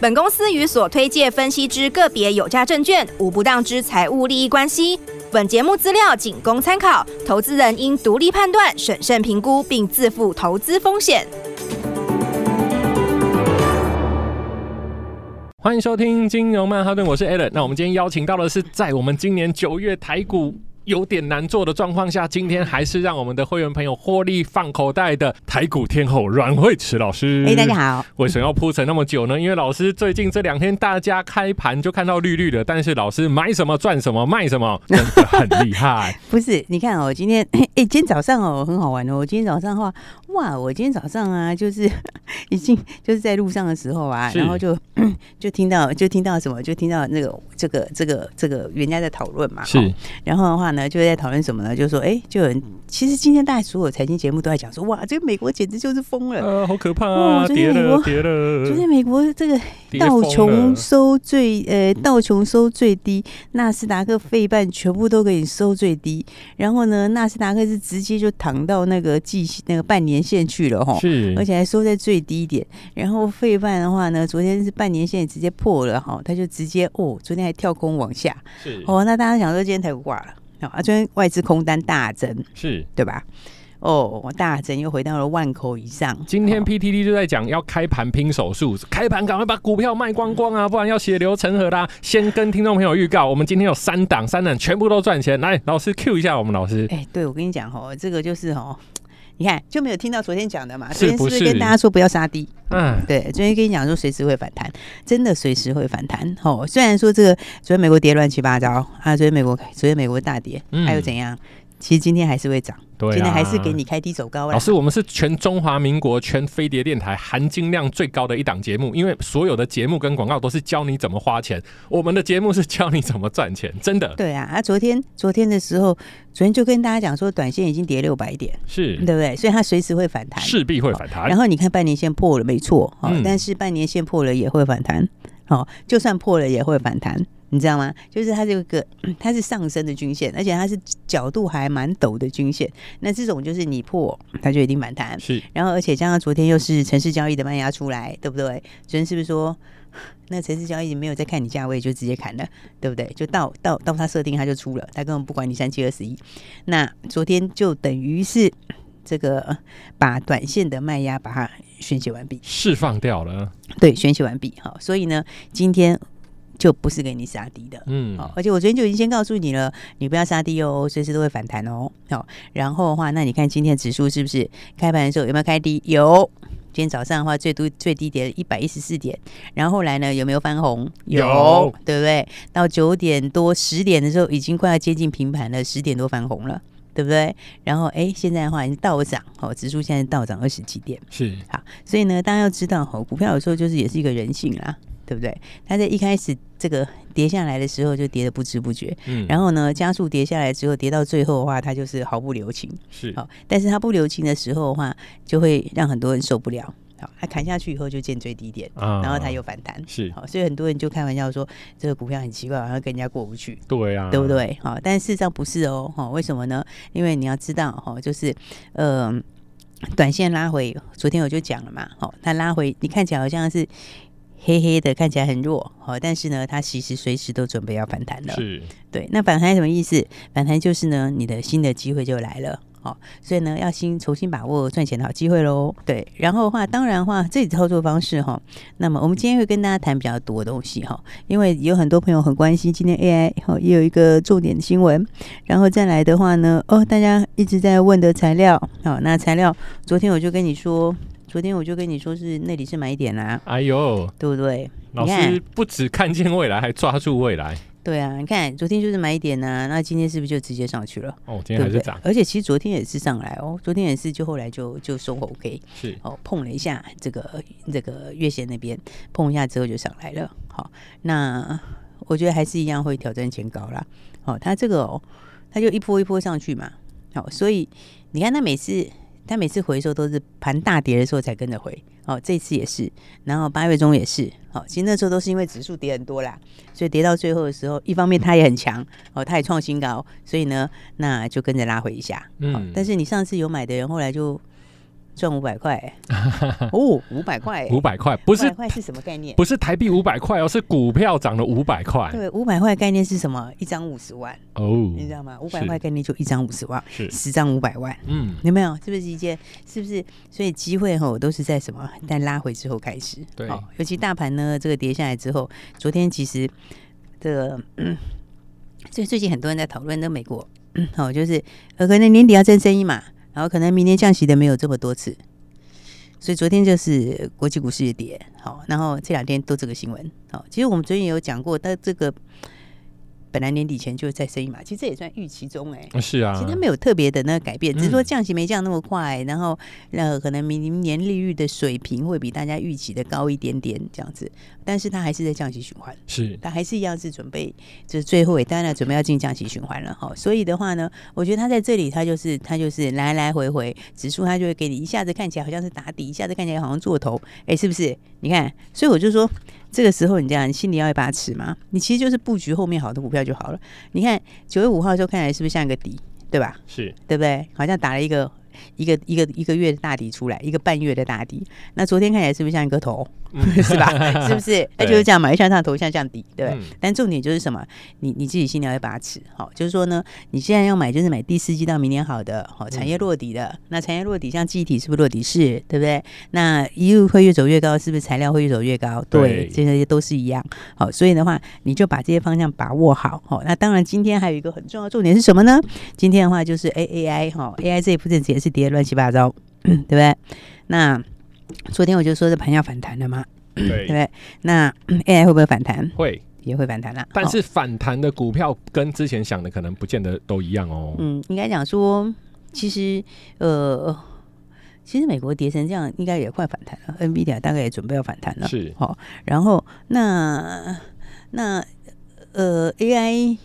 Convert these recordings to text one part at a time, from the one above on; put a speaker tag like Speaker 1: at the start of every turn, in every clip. Speaker 1: 本公司与所推介分析之个别有价证券无不当之财务利益关系。本节目资料仅供参考，投资人应独立判断、审慎评估，并自负投资风险。
Speaker 2: 欢迎收听《金融曼哈顿》，我是 Alan。那我们今天邀请到的是，在我们今年九月台股有点难做的状况下，今天还是让我们的会员朋友获利放口袋的台股天后阮慧慈老师。
Speaker 3: 哎、大家好，
Speaker 2: 为什么要铺陈那么久呢？因为老师最近这两天大家开盘就看到绿绿的，但是老师买什么赚什么，卖什么，真的很厉 害。
Speaker 3: 不是，你看哦，今天 哎、今天早上哦，很好玩哦。我今天早上的话，哇，我今天早上啊，就是 已经就是在路上的时候啊，
Speaker 2: 是
Speaker 3: 然后就 就听到就听到什么，就听到那个这个这个这个人家在讨论嘛，哦。然后的话呢，就在讨论什么呢？就说，哎、就有人其实今天大家所有财经节目都在讲说，哇，这个美国简直就是疯了。
Speaker 2: 呃，好可怕
Speaker 3: 哇
Speaker 2: 啊！
Speaker 3: 哦昨
Speaker 2: 跌
Speaker 3: 天美
Speaker 2: 了，
Speaker 3: 国
Speaker 2: 跌了，
Speaker 3: 就是美国这个
Speaker 2: 跌
Speaker 3: 道
Speaker 2: 疯
Speaker 3: 琼
Speaker 2: 了嗯
Speaker 3: 收最呃道琼收最低，纳斯达克费半全部都给你收最低，然后呢，纳斯达克是直接就躺到那个季那个半年线去了哈。
Speaker 2: 是
Speaker 3: 哦而且还收在最低点，然后费半的话呢，昨天是半年线直接破了哈，它就直接哦，昨天还跳空往下
Speaker 2: 是
Speaker 3: 哦，那大家想说今天台股挂了啊，昨天外资空单大增
Speaker 2: 是。
Speaker 3: 对吧？哦，大增又回到了万口以上，
Speaker 2: 今天
Speaker 3: 哦
Speaker 2: PTT 就在讲要开盘拼手速，开盘赶快把股票卖光光啊，不然要血流成河啦。先跟听众朋友预告，我们今天有三档，三档全部都赚钱。来，老师 Q 一下我们老师。
Speaker 3: 哎、对，我跟你讲哦，这个就是哦，你看就没有听到昨天讲的嘛？
Speaker 2: 是
Speaker 3: 昨天是
Speaker 2: 不
Speaker 3: 不是
Speaker 2: 是
Speaker 3: 跟大家说不要杀低？
Speaker 2: 嗯，
Speaker 3: 对，昨天跟你讲说随时会反弹，真的随时会反弹哦。虽然说这个昨天美国跌乱七八糟啊，昨天美国昨天美国大跌，
Speaker 2: 嗯
Speaker 3: 还有怎样？其实今天还是会涨，
Speaker 2: 对、啊，
Speaker 3: 今天还是给。你啊开低走高
Speaker 2: 老
Speaker 3: 了。
Speaker 2: 师，我们是全中华民国全飞碟电台含金量最高的一档节目，因为所有的节目跟广告都是教你怎么花钱，我们的节目是教你怎么赚钱，真的
Speaker 3: 对啊，啊，昨天昨天的时候，昨天就跟大家讲说，短线已经跌六百点，对
Speaker 2: 是
Speaker 3: 不对？所以它随时会反弹。
Speaker 2: 势必会反弹
Speaker 3: 然。后你看半年线破了，没错，哦，
Speaker 2: 嗯
Speaker 3: 但是半年线破了也会反弹，哦，就算破了也会反弹，你知道吗？就是它这个 它是上升的均线，而且它是角度还蛮陡的均线，那这种就是你破它就一定反弹，
Speaker 2: 是
Speaker 3: 然后而且加上昨天又是城市交易的卖压出来，对不对？昨天是不是说？ 那城市交易没有在看你价位就直接砍了，对不对？就到到到他设定他就出了，他根本不管你三七二十一。那昨天就等于是这个呃把短线的卖压把它宣泄完毕，
Speaker 2: 释放掉了，
Speaker 3: 对，宣泄完毕。好，所以呢，今天就不是给你杀低的，
Speaker 2: 嗯，
Speaker 3: 哦，而且我昨天就已经先告诉你了，你不要杀低哦，随时都会反弹哦。好、然后的话，那你看今天指数是不是开盘的时候有没有开低？有。今天早上的话，最多最低跌了一百一十四点，然后后来呢，有没有翻红？
Speaker 2: 有
Speaker 3: 对不对？到九点多、十点的时候，已经快要接近平盘了，十点多翻红了，对不对？然后哎，现在的话已经倒涨，哦，指数现在倒涨二十几点。
Speaker 2: 是
Speaker 3: 好，所以呢，大家要知道吼，股票有时候就是也是一个人性啦，对不对？它在一开始这个跌下来的时候就跌得不知不觉，
Speaker 2: 嗯，
Speaker 3: 然后呢，加速跌下来之后，跌到最后的话，它就是毫不留情。
Speaker 2: 是
Speaker 3: 好，但是它不留情的时候的话，就会让很多人受不了。好，它砍下去以后就见最低点，
Speaker 2: 啊
Speaker 3: 然后它又反弹。
Speaker 2: 是
Speaker 3: 好，所以很多人就开玩笑说这个股票很奇怪，好像跟人家过不去。
Speaker 2: 对啊，
Speaker 3: 对不？对？好、但事实上不是哦，哈、为什么呢？因为你要知道，哈、就是，呃，短线拉回，昨天我就讲了嘛，好、它拉回，你看起来好像是黑黑的，看起来很弱，好、但是呢，它其实随时都准备要反弹了。
Speaker 2: 是
Speaker 3: 对，那反弹什么意思？反弹就是呢，你的新的机会就来了。好、所以呢，要新重新把握赚钱的好机会喽。对，然后的话，当然的话，这里操作方式哈、那么我们今天会跟大家谈比较多的东西哈、因为有很多朋友很关心今天 AI 哈、也有一个重点新闻，然后再来的话呢，哦，大家一直在问的材料，好、那材料昨天我就跟你说，昨天我就跟你说是那里是买点啦、啊
Speaker 2: 哎呦，
Speaker 3: 对不对？
Speaker 2: 老
Speaker 3: 你看
Speaker 2: 师不只看见未来，还抓住未来。
Speaker 3: 对啊，你看昨天就是买一点呐、那今天是不是就直接上去了？
Speaker 2: 哦，今
Speaker 3: 对
Speaker 2: 天还
Speaker 3: 不
Speaker 2: 是
Speaker 3: 对
Speaker 2: 涨，？
Speaker 3: 而且其实昨天也是上来哦，昨天也是就后来就就收红 K，
Speaker 2: 是
Speaker 3: 哦，碰了一下这个这个月线那边，碰一下之后就上来了。好、那我觉得还是一样会挑战前高啦。好、它这个哦，它就一波一波上去嘛。好、所以你看它每次它每次回的时候都是盘大跌的时候才跟着回。哦，这次也是，然后八月中也是。好、其实那时候都是因为指数跌很多啦，所以跌到最后的时候，一方面它也很强，哦，它也创新高，所以呢，那就跟着拉回一下。好
Speaker 2: 嗯
Speaker 3: 但是你上次有买的人，后来就赚五百 块欸，哦，五百块欸，
Speaker 2: 五百块，不是
Speaker 3: 500块是什么概念？
Speaker 2: 不是台币五百块哦，是股票涨了五百块
Speaker 3: 对，五百块概念是什么？一张五十万，
Speaker 2: 哦，
Speaker 3: 你知道吗？五
Speaker 2: 是
Speaker 3: 百块概念就一张五十万，
Speaker 2: 是
Speaker 3: 十张五百万，
Speaker 2: 嗯，
Speaker 3: 有没有？是不是一件？是不是？所以机会吼都是在什么？但拉回之后开始，
Speaker 2: 对
Speaker 3: 好尤其大盘呢，这个跌下来之后，昨天其实这个，嗯所以最近很多人在讨论那美国，嗯好、就是呃，可能年底要增升一嘛，然后可能明年降息的没有这么多次，所以昨天就是国际股市也跌，好、然后这两天都这个新闻，好、其实我们昨天也有讲过，但这个本来年底前就再升一嘛，其实这也算预期中哎、
Speaker 2: 是啊
Speaker 3: 其实，它没有特别的那个改变，只是说
Speaker 2: 嗯
Speaker 3: 降息没降那么快，然后呃，可能明年利率的水平会比大家预期的高一点点这样子，但是它还是在降息循环，
Speaker 2: 是
Speaker 3: 它还是一样是准备就是最后尾端了，准备要进降息循环了哈。所以的话呢，我觉得它在这里，它就是它就是来来回回，指数它就会给你一下子看起来好像是打底，一下子看起来好像做头，哎，是不是？你看，所以我就说。这个时候你这样，你心里要一把尺嘛，你其实就是布局后面好的股票就好了。你看九月五号的时候，看起来是不是像一个底，对吧？
Speaker 2: 是，
Speaker 3: 对不对？好像打了一个一个一个一个月的大底出来，一个半月的大底。那昨天看起来是不是像一个头， 是吧？是不是？那就是这样嘛，一像像头，像像底，对不对？
Speaker 2: 嗯
Speaker 3: 但重点就是什么？你你自己心里要有一把尺，好、就是说呢，你现在要买就是买第四季到明年好的，好、产业落底的。那产业落底，像记忆体是不是落底式，对不对？那一路会越走越高，是不是材料会越走越高？
Speaker 2: 对
Speaker 3: 对，这些都是一样。好、所以的话，你就把这些方向把握好。好、那当然，今天还有一个很重要的重点是什么呢？今天的话就是 A A I 哈、a I 这一部分也是跌得乱七八糟， 对不对？那昨天我就说这盘要反弹了嘛，对不
Speaker 2: 对，
Speaker 3: 对？那 A I 会不会反弹？
Speaker 2: 会，
Speaker 3: 也会反弹啦、
Speaker 2: 但
Speaker 3: 哦
Speaker 2: 是反弹的股票跟之前想的可能不见得都一样哦。
Speaker 3: 嗯，应该讲说，其实呃，其实美国跌成这样，应该也快反弹了，NVIDIA 大概也准备要反弹了。
Speaker 2: 是
Speaker 3: 好、然后那那呃，AI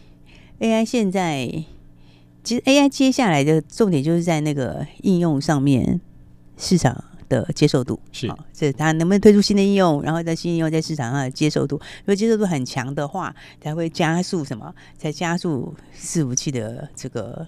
Speaker 3: AI 现在其实 AI 接下来的重点就是在那个应用上面市场的接受度。
Speaker 2: 是
Speaker 3: 好，这它能不能推出新的应用，然后在新应用在市场上的接受度，如果接受度很强的话，才会加速什么？才加速伺服器的这个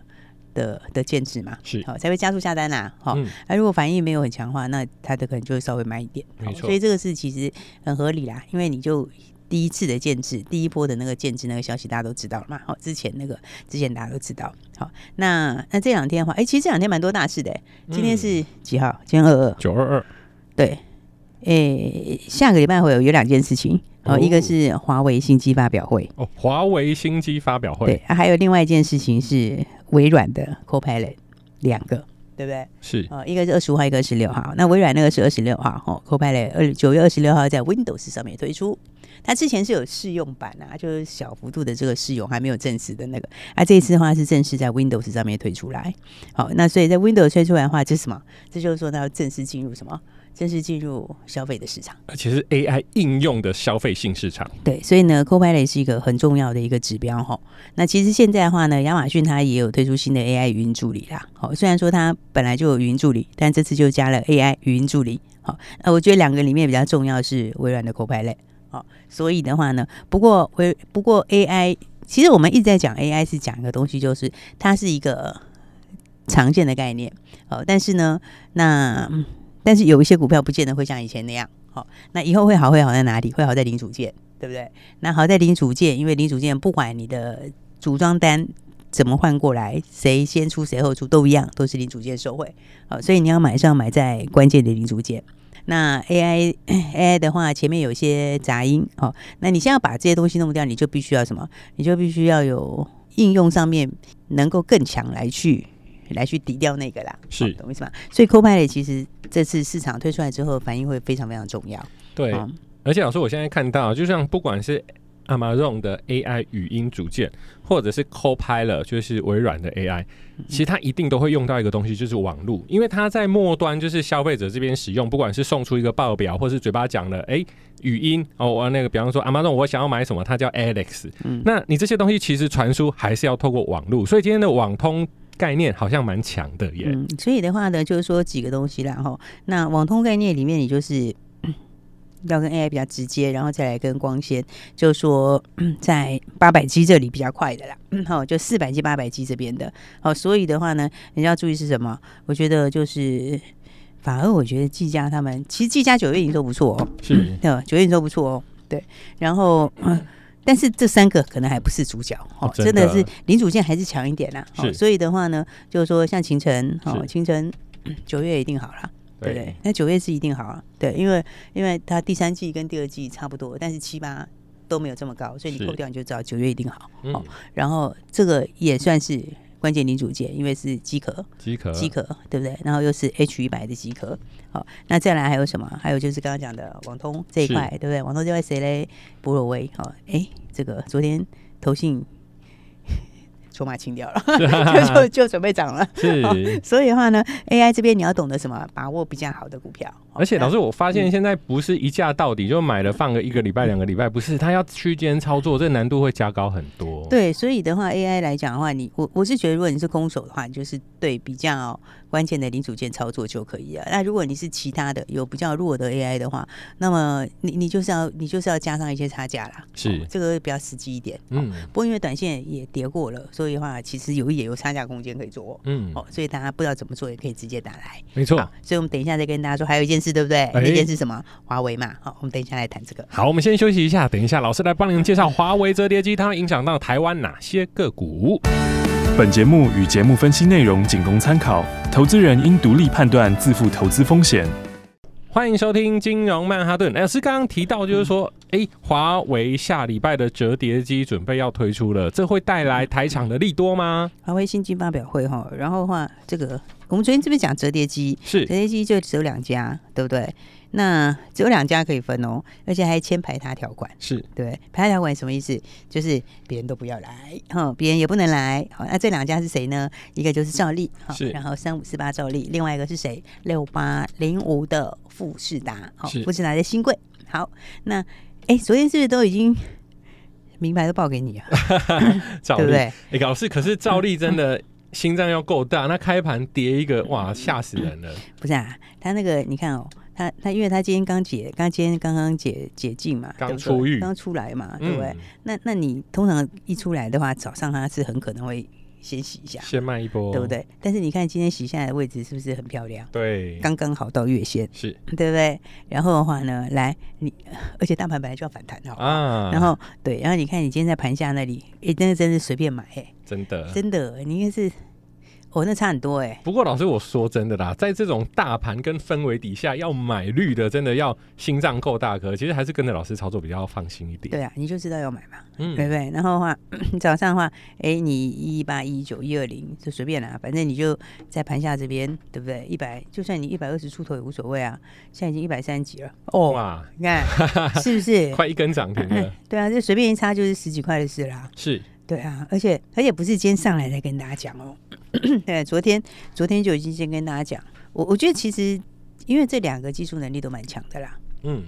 Speaker 3: 的的建制嘛，
Speaker 2: 是
Speaker 3: 好、才会加速下单啦、好、
Speaker 2: 嗯，
Speaker 3: 那、如果反应没有很强的话，那它的可能就会稍微慢一点。
Speaker 2: 没
Speaker 3: 好
Speaker 2: 错
Speaker 3: 所以这个是其实很合理啦，因为你就第一次的建制，第一波的那个建制那个消息大家都知道了嘛。好、之前那个之前大家都知道。好，那那这两天的话，哎、其实这两天蛮多大事的、哎今天是
Speaker 2: 嗯
Speaker 3: 几号？今天二二。
Speaker 2: 九二二，
Speaker 3: 对，诶、下个礼拜会有有两件事情，哦，
Speaker 2: 哦
Speaker 3: 一个是华为新机发表会，
Speaker 2: 哦，华为新机发表
Speaker 3: 对
Speaker 2: 会，
Speaker 3: 啊还有另外一件事情是微软的 Copilot，两个，对不对？
Speaker 2: 是
Speaker 3: 呃，一个是二十五号，一个二十六号。那微软那个是二十六号，哦，Copilot 二九月二十六号在 Windows 上面推出。它之前是有试用版啊，就是小幅度的这个试用，还没有正式的那个。啊，这一次的话是正式在 Windows 上面推出来。好，那所以在 Windows 推出来的话，这是什么？这就是说它要正式进入什么？正式进入消费的市场。
Speaker 2: 而且是 AI 应用的消费性市场，
Speaker 3: 对，所以呢，Copilot 是一个很重要的一个指标哈。那其实现在的话呢，亚马逊它也有推出新的 AI 语音助理啦。好，虽然说它本来就有语音助理，但这次就加了 AI 语音助理。好，那我觉得两个里面比较重要是微软的 Copilot。好，所以的话呢，不过微不过 AI，其实我们一直在讲 AI 是讲一个东西，就是它是一个呃常见的概念。好，但是呢，那嗯但是有一些股票不见得会像以前那样。好，那以后会好会好在哪里？会好在零组件，对不对？那好在零组件，因为零组件不管你的组装单怎么换过来，谁先出谁后出都一样，都是零组件收回。好，所以你要买是要买在关键的零组件。那 AI AI 的话，前面有一些杂音哦，那你现在要把这些东西弄掉，你就必须要什么？你就必须要有应用上面能够更强来去来去抵掉那个啦，
Speaker 2: 是
Speaker 3: 哦懂我意思吗？所以 Copilot 其实这次市场推出来之后，反应会非常非常重要。
Speaker 2: 对。
Speaker 3: 哦
Speaker 2: 而且老师，我现在看到，就像不管是 Amazon 的 AI 语音组件，或者是 Copilot，就是微软的 AI，其
Speaker 3: 嗯
Speaker 2: 实它一定都会用到一个东西，就是网络，因为它在末端就是消费者这边使用，不管是送出一个报表，或是嘴巴讲的，诶语音哦，我那个比方说 Amazon，我想要买什么，它叫 Alex，、
Speaker 3: 嗯
Speaker 2: 那你这些东西其实传输还是要透过网络，所以今天的网通概念好像蛮强的耶。
Speaker 3: 嗯，所以的话呢，就是说几个东西啦哈。那网通概念里面，你就是 嗯要跟 AI 比较直接，然后再来跟光纤，就说 嗯在八百 G 这里比较快的啦， 好、就四百 G、八百 G 这边的。好、所以的话呢，你要注意是什么？我觉得就是。反而我觉得技嘉他们，其实技嘉九月营收不错哦，
Speaker 2: 是，
Speaker 3: 对吧，九月营收不错哦，对。然后，嗯但是这三个可能还不是主角哦
Speaker 2: 哦，真
Speaker 3: 真的
Speaker 2: 的
Speaker 3: 是零组件还是强一点啦。哦
Speaker 2: 是
Speaker 3: 所以的话呢，就是说像秦晨哦，
Speaker 2: 是
Speaker 3: 秦晨嗯九月一定好啦，对不
Speaker 2: 对
Speaker 3: 对？那九月是一定好啊，对，因为因为它第三季跟第二季差不多，但是七八都没有这么高，所以你
Speaker 2: 是
Speaker 3: 扣掉你就知道九月一定好。
Speaker 2: 嗯
Speaker 3: 哦，然后这个也算是关键零组件，因为是机壳，
Speaker 2: 即可，
Speaker 3: 机壳，对不对？然后又是 H 一百的机壳，好、那再来还有什么？还有就是刚刚讲的网通这一
Speaker 2: 是
Speaker 3: 块，对不对？网通这一块谁嘞？博罗威，好、哎，这个昨天投信 筹码 清掉了，就就就准备涨了。
Speaker 2: 是。
Speaker 3: 所以的话呢，AI 这边你要懂得什么，把握比较好的股票。好
Speaker 2: 而且老师，
Speaker 3: 那
Speaker 2: 我发现现在不是一价到底，就买了放个一个礼拜、两个礼拜，不是，它要区间操作，这难度会加高很多。，
Speaker 3: 对，所以的话，AI 来讲的话，你我我是觉得，如果你是攻手的话，你就是对比较关键的零组件操作就可以了。那如果你是其他的有比较弱的 AI 的话，那么你你就是要你就是要加上一些差价啦，
Speaker 2: 是
Speaker 3: 这个比较实际一点。
Speaker 2: 嗯
Speaker 3: 不过因为短线也跌过了，所以的话，其实有也有差价空间可以做。
Speaker 2: 嗯，
Speaker 3: 哦，所以大家不知道怎么做，也可以直接打来。
Speaker 2: 没错。
Speaker 3: 好，所以我们等一下再跟大家说，还有一件事，对不对？
Speaker 2: 哎
Speaker 3: 那件事什么？华为嘛。好，我们等一下来谈这个。
Speaker 2: 好，我们先休息一下，等一下老师来帮您介绍华为折叠机，它会影响到台湾哪些个股？
Speaker 4: 本节目与节目分析内容仅供参考，投资人应独立判断，自负投资风险。
Speaker 2: 欢迎收听金融曼哈顿。哎老师刚刚提到，就是说，哎、华为下礼拜的折叠机准备要推出了，这会带来台厂的利多吗？
Speaker 3: 华为新机发表会哈，然后的话，这个我们昨天这边讲折叠机，
Speaker 2: 是
Speaker 3: 折，叠机就只有两家，对不对？那只有两家可以分哦，而且还签排他条款，
Speaker 2: 是，
Speaker 3: 对不对，排他条款什么意思？就是别人都不要来，哈，别人也不能来。好，那这两家是谁呢？一个就是兆利，好
Speaker 2: 是
Speaker 3: 然后三五四八兆利，另外一个是谁？六八零五的富士达，好，
Speaker 2: 是
Speaker 3: 富士达的新贵。好，那哎，昨天是不是都已经名牌都报给你啊？
Speaker 2: 照
Speaker 3: 对不
Speaker 2: 例
Speaker 3: 对？
Speaker 2: 哎、老师，可是照例真的心脏要够 大，那开盘跌一个，哇，吓死人了。
Speaker 3: 不是啊，他那个你看哦，他他因为他今天刚解，刚今天刚刚解解禁嘛，
Speaker 2: 刚
Speaker 3: 对不对
Speaker 2: 出狱嗯
Speaker 3: 刚出来嘛，对不嗯对？，那那你通常一出来的话，早上他是很可能会先洗一下，
Speaker 2: 先卖一波，
Speaker 3: 对不？对？但是你看今天洗下来的位置是不是很漂亮？
Speaker 2: 对，
Speaker 3: 刚刚好到月线，
Speaker 2: 是
Speaker 3: 对不对？然后的话呢，来你，而且大盘本来就要反弹好不好
Speaker 2: 啊，
Speaker 3: 然后对，然后你看你今天在盘下那里，哎，那个真是随便买，哎，
Speaker 2: 真的。
Speaker 3: 真的，你应该是，哦，那差很多哎，
Speaker 2: 不过老师，我说真的啦，在这种大盘跟氛围底下，要买绿的，真的要心脏够大颗。其实还是跟着老师操作比较放心一点。
Speaker 3: 对啊，你就知道要买嘛。
Speaker 2: 嗯
Speaker 3: 对不对？然后的话， 你早上的话，哎，你一八一九一二零就随便啦、反正你就在盘下这边，对不对？一百，就算你一百二十出头也无所谓啊，现在已经一百三几了哦，
Speaker 2: 哇，
Speaker 3: 你 看是不是？
Speaker 2: 快一根涨停了，
Speaker 3: 对啊，这随便一插就是十几块的事啦。
Speaker 2: 是
Speaker 3: 对啊，而且而且不是今天上来才跟大家讲哦， 对，昨天昨天就已经先跟大家讲，我我觉得其实因为这两个技术能力都蛮强的啦，
Speaker 2: 嗯，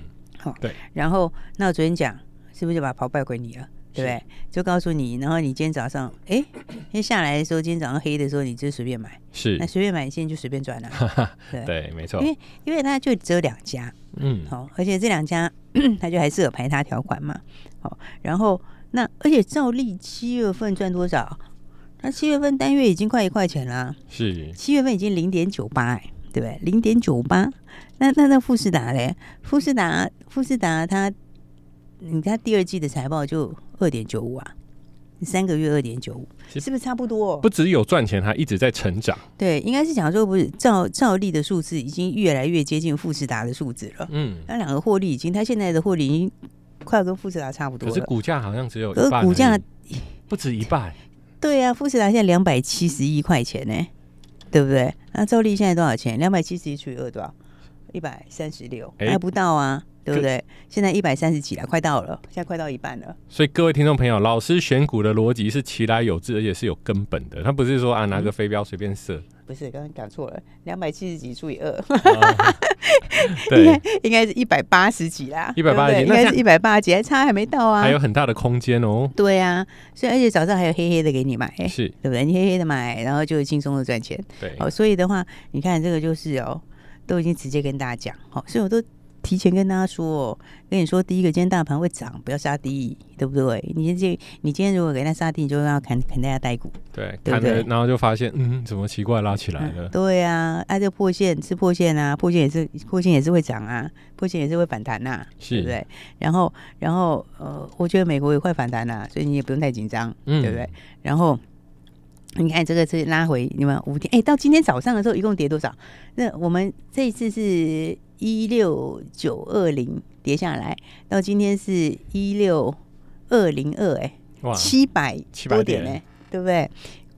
Speaker 3: 然后，那我昨天讲，是不是就把袍败给你了？对不对？就告诉你，然后你今天早上，哎，今天下来的时候，今天早上黑的时候，你就随便买，
Speaker 2: 是
Speaker 3: 那，随便买，你现在就随便赚了、 对，
Speaker 2: 对，没错
Speaker 3: 因，为因为它就只有两家，
Speaker 2: 嗯，
Speaker 3: 好、而且这两家 它就还是有排他条款嘛，好、然后那而且照例七月份赚多少？那七月份单月已经快一块钱啦，
Speaker 2: 是
Speaker 3: 七月份已经零点九八，哎，对不对？零点九八，那那那富士达嘞？富士达，富士达它，你看它第二季的财报就二点九五啊，三个月二点九五，
Speaker 2: 是
Speaker 3: 是不是差不多、
Speaker 2: 不只有赚钱，还一直在成长。
Speaker 3: 对，应该是讲说不是照照例的数字已经越来越接近富士达的数字了，
Speaker 2: 嗯，
Speaker 3: 那两个获利已经，它现在的获利已经快要跟富士达差不多
Speaker 2: 可是
Speaker 3: 了。
Speaker 2: 股价好像只有
Speaker 3: 可
Speaker 2: 一
Speaker 3: 是
Speaker 2: 半而已，
Speaker 3: 股价
Speaker 2: 不止一半，
Speaker 3: 对啊，富士达现在两百七十一块钱呢、对不对？那照例现在多少钱？两百七十一除以二多少？一百三十六，
Speaker 2: 哎
Speaker 3: 还不到啊，对不对？现在一百三十几了，快到了，现在快到一半了。
Speaker 2: 所以各位听众朋友，老师选股的逻辑是其来有致，而且是有根本的。他不是说啊拿个飞镖随便 射，
Speaker 3: 不是，刚刚讲错了，两百七十几除以二，应
Speaker 2: 啊对
Speaker 3: 该， 应该是一百八十几啦，
Speaker 2: 180
Speaker 3: 对不对
Speaker 2: 几那
Speaker 3: 应
Speaker 2: 这
Speaker 3: 该
Speaker 2: 样
Speaker 3: 是一百八十几，还差还没到啊
Speaker 2: 还。有很大的空间哦。
Speaker 3: 对啊，所以而且早上还有黑黑的给你买，对
Speaker 2: 是，
Speaker 3: 不对？你黑黑的买，然后就轻松的赚钱。
Speaker 2: 对，
Speaker 3: 哎哦，所以的话，你看这个就是哦，都已经直接跟大家讲，好、所以我都提前跟大家说、哦，跟你说，第一个，今天大盘会涨，不要杀低，对不对？你这你今天如果给它杀低，你就要砍砍大家带股，
Speaker 2: 对，
Speaker 3: 对
Speaker 2: 看了
Speaker 3: 对
Speaker 2: 然后就发现，嗯，怎么奇怪拉起来了？
Speaker 3: 对啊，啊，这破线是破线啊，破线也是破线也是会涨啊，破线也是会反弹呐、对
Speaker 2: 是，
Speaker 3: 不对？然后，然后，呃，我觉得美国也快反弹啦、所以你也不用太紧张，
Speaker 2: 嗯
Speaker 3: 对不对？然后，你看这个是拉回你们五天，哎，到今天早上的时候一共跌多少？那我们这一次是一六九二零跌下来，到今天是一六二零二，哎，
Speaker 2: 哇，
Speaker 3: 七百
Speaker 2: 700
Speaker 3: 多点呢、
Speaker 2: 点
Speaker 3: 对不对？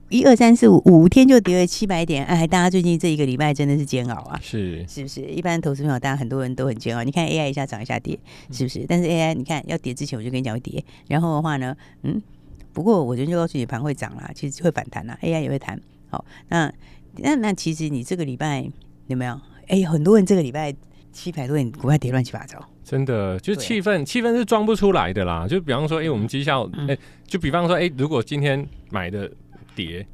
Speaker 3: 一二三四五五天就跌了七百点，哎，大家最近这一个礼拜真的是煎熬啊。
Speaker 2: 是
Speaker 3: 是不是？一般投资朋友，大家很多人都很煎熬。你看 AI 一下涨一下跌，
Speaker 2: 嗯
Speaker 3: 是不是？但是 AI 你看要跌之前，我就跟你讲会跌，然后的话呢，嗯，不过我昨天就告诉你盘会涨啦，其实会反弹啦，AI 也会弹。好，那那那其实你这个礼拜有没有？哎，很多人这个礼拜七百多点股票跌乱七八糟，
Speaker 2: 真的，就是
Speaker 3: 对
Speaker 2: 气氛，气氛是装不出来的啦。就比方说，哎、我们绩效，哎、
Speaker 3: 嗯
Speaker 2: 就比方说，哎、如果今天买的碟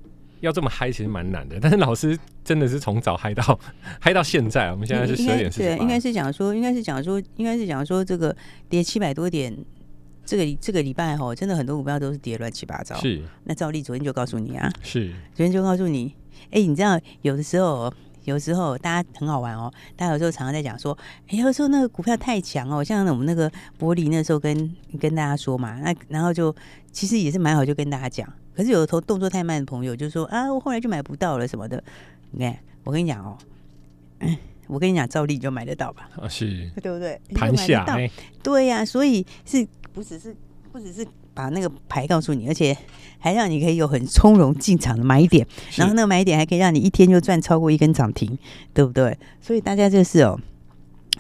Speaker 2: 要这么嗨，其实蛮难的。但 是老师真的是从早嗨到 嗨到现在啊，我们现在是
Speaker 3: 应
Speaker 2: 十二
Speaker 3: 该
Speaker 2: 点四
Speaker 3: 对
Speaker 2: 十，
Speaker 3: 应该是讲说，应该是讲说，应该是讲说这个跌七百多点。这个这个礼拜哈，真的很多股票都是跌乱七八糟。
Speaker 2: 是
Speaker 3: 那照例昨天就告诉你啊，
Speaker 2: 是
Speaker 3: 昨天就告诉你，哎、你知道有的时候哦，有时候大家很好玩哦，大家有时候常常在讲说，哎、有时候那个股票太强哦，像我们那个柏林那时候跟跟大家说嘛，那然后就其实也是蛮好，就跟大家讲。可是有的头动作太慢的朋友就说啊，我后来就买不到了什么的。你看，我跟你讲哦，我跟你讲，照例你就买得到吧，
Speaker 2: 啊是
Speaker 3: 对不对？你就买
Speaker 2: 盘
Speaker 3: 得
Speaker 2: 下
Speaker 3: 到
Speaker 2: 哎、
Speaker 3: 对呀、所以是不只是不只是把那个牌告诉你，而且还让你可以有很从容进场的买点，
Speaker 2: 是
Speaker 3: 然后那个买点还可以让你一天就赚超过一根涨停，对不对？所以大家就是哦。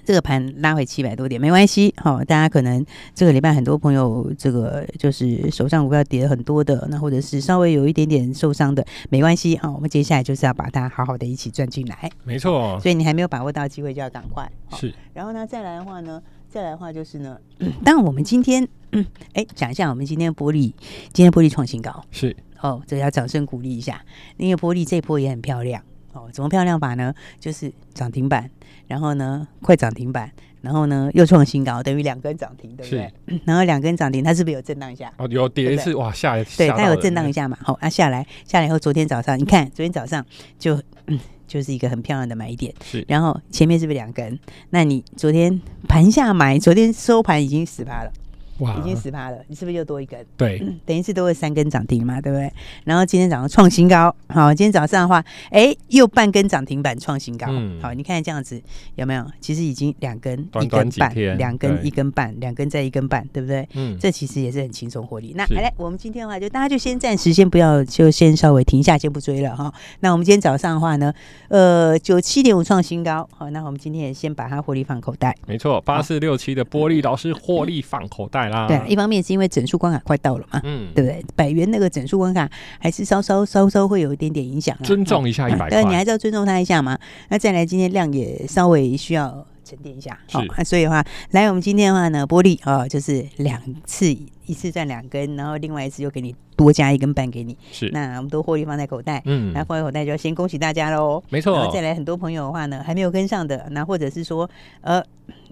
Speaker 3: 这个盘拉回七百多点没关系，好、大家可能这个礼拜很多朋友这个就是手上股票跌了很多的，那或者是稍微有一点点受伤的，没关系啊、我们接下来就是要把它好好的一起赚进来，
Speaker 2: 没错，
Speaker 3: 所以你还没有把握到机会就要赶快。好
Speaker 2: 是
Speaker 3: 然后呢，再来的话呢，再来的话就是呢， 当然我们今天，嗯，哎，讲一下我们今天玻璃，今天玻璃创新高
Speaker 2: 是
Speaker 3: 哦，这要掌声鼓励一下，因为玻璃这一波也很漂亮哦。怎么漂亮法呢？就是涨停板，然后呢，快涨停板，然后呢又创新高，等于两根涨停，对不对
Speaker 2: 是？
Speaker 3: 嗯 然后两根涨停，它是不是有震荡一下？
Speaker 2: 哦，有碟一次哇吓，
Speaker 3: 对，
Speaker 2: 吓到
Speaker 3: 它有
Speaker 2: 人
Speaker 3: 震荡一下嘛。好、啊，下来下来以后，昨天早上你看，昨天早上就、嗯就是一个很漂亮的买点。
Speaker 2: 是
Speaker 3: 然后前面是不是两根？那你昨天盘下买，昨天收盘已经十趴了，
Speaker 2: 哇
Speaker 3: 已，
Speaker 2: 啊
Speaker 3: 经十趴了，你是嗯不是又多一根？
Speaker 2: 对
Speaker 3: 等于是多了三根涨停嘛，对不对？然后今天早上创新高，好，今天早上的话，哎，又半根涨停板创新高，
Speaker 2: 嗯
Speaker 3: 好，你看这样子有没有？其实已经两根、
Speaker 2: 短
Speaker 3: 一根
Speaker 2: 短几
Speaker 3: 半、
Speaker 2: 天
Speaker 3: 两
Speaker 2: 对
Speaker 3: 根、一根半、两根再一根半，对不对？
Speaker 2: 嗯
Speaker 3: 这其实也是很轻松获利。那
Speaker 2: 是
Speaker 3: 好嘞，我们今天的话就大家就先暂时先不要，就先稍微停一下，先不追了哈。那我们今天早上的话呢，呃，九七点五创新高，好，那我们今天也先把它获利放口袋。
Speaker 2: 没错，八四六七的玻璃老师获利放口袋啦，
Speaker 3: 对啊，一方面是因为整数关卡快到了嘛，
Speaker 2: 嗯
Speaker 3: 对不对？百元那个整数关卡还是稍稍稍稍会有一点点影响啦，
Speaker 2: 尊重一下一
Speaker 3: 嗯
Speaker 2: 百
Speaker 3: 但你还
Speaker 2: 块，
Speaker 3: 是要尊重他一下嘛。那再来，今天量也稍微需要沉淀一下，
Speaker 2: 是
Speaker 3: 啊所以的话，来我们今天的话呢，玻璃哦，就是两次，一次赚两根，然后另外一次又给你多加一根半给你，
Speaker 2: 是
Speaker 3: 那我们都获利放在口袋。
Speaker 2: 嗯
Speaker 3: 那放在口袋就要先恭喜大家喽。
Speaker 2: 没
Speaker 3: 然
Speaker 2: 错
Speaker 3: 后，再来很多朋友的话呢，还没有跟上的，那或者是说，呃，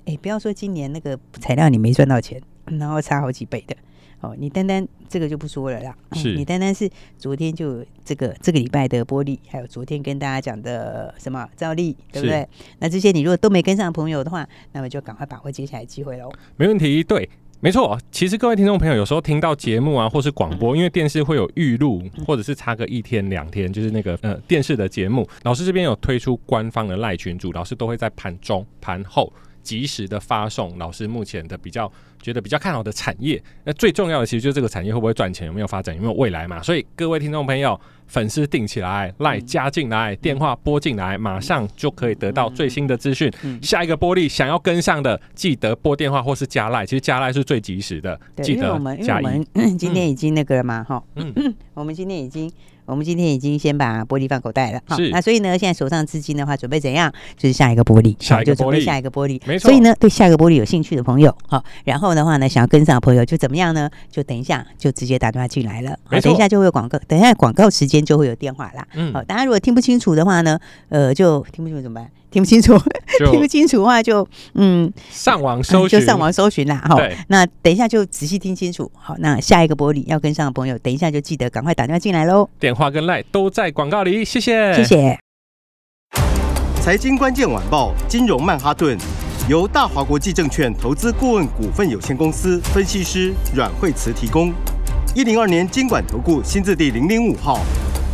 Speaker 3: 哎，不要说今年那个材料你没赚到钱，然后差好几倍的，哦，你单单这个就不说了啦，嗯
Speaker 2: 是
Speaker 3: 你单单是昨天就有这个这个礼拜的玻璃，还有昨天跟大家讲的什么照例，对不
Speaker 2: 是
Speaker 3: 对？那这些你如果都没跟上的朋友的话，那么就赶快把握接下来机会喽。
Speaker 2: 没问题，对。没错，其实各位听众朋友有时候听到节目啊，或是广播，因为电视会有预录，或者是差个一天两天，就是那个呃电视的节目。老师这边有推出官方的赖群组，老师都会在盘中、盘后及时的发送老师目前的比较觉得比较看好的产业。那最重要的其实就是这个产业会不会赚钱，有没有发展，有没有未来嘛。所以各位听众朋友，粉丝定起来，赖加进来，电话拨进来，马上就可以得到最新的资讯。
Speaker 3: 嗯
Speaker 2: 下一个玻璃想要跟上的，记得拨电话或是加赖，其实加赖是最及时的，
Speaker 3: 对，
Speaker 2: 记
Speaker 3: 因为我
Speaker 2: 得
Speaker 3: 们因为
Speaker 2: 加
Speaker 3: 我
Speaker 2: 一。
Speaker 3: 们 今天已经那个了嘛，哈、
Speaker 2: 嗯，
Speaker 3: 我们今天已经，我们今天已经先把玻璃放口袋了，哈
Speaker 2: 是
Speaker 3: 那所以呢，现在手上资金的话，准备怎样？就是下一个玻璃，
Speaker 2: 下一个
Speaker 3: 好就准备
Speaker 2: 玻璃
Speaker 3: 下一个玻璃，
Speaker 2: 没错
Speaker 3: 所以呢，对下一个玻璃有兴趣的朋友，好，然后的话呢，想要跟上的朋友就怎么样呢？就等一下，就直接打电话进来了，好
Speaker 2: 没错
Speaker 3: 等一下就会有广告，等一下广告时间就会有电话啦。
Speaker 2: 嗯
Speaker 3: 好，大家如果听不清楚的话呢，呃，就听不清楚怎么办？听不清楚， 听不
Speaker 2: 就
Speaker 3: 清楚的话就嗯，
Speaker 2: 上网搜
Speaker 3: 嗯 就
Speaker 2: 寻，
Speaker 3: 上网搜寻啦，哈。
Speaker 2: 对，
Speaker 3: 那等一下就仔细听清楚。好，那下一个玻璃要跟上的朋友，等一下就记得赶快打电话进来喽。
Speaker 2: 电话跟赖都在广告里，谢谢，
Speaker 3: 谢。谢。
Speaker 5: 财经关键晚报，金融曼哈顿，由大华国际证券投资顾问股份有限公司分析师阮惠慈提供。一零二年经管投顾新字第零零五号。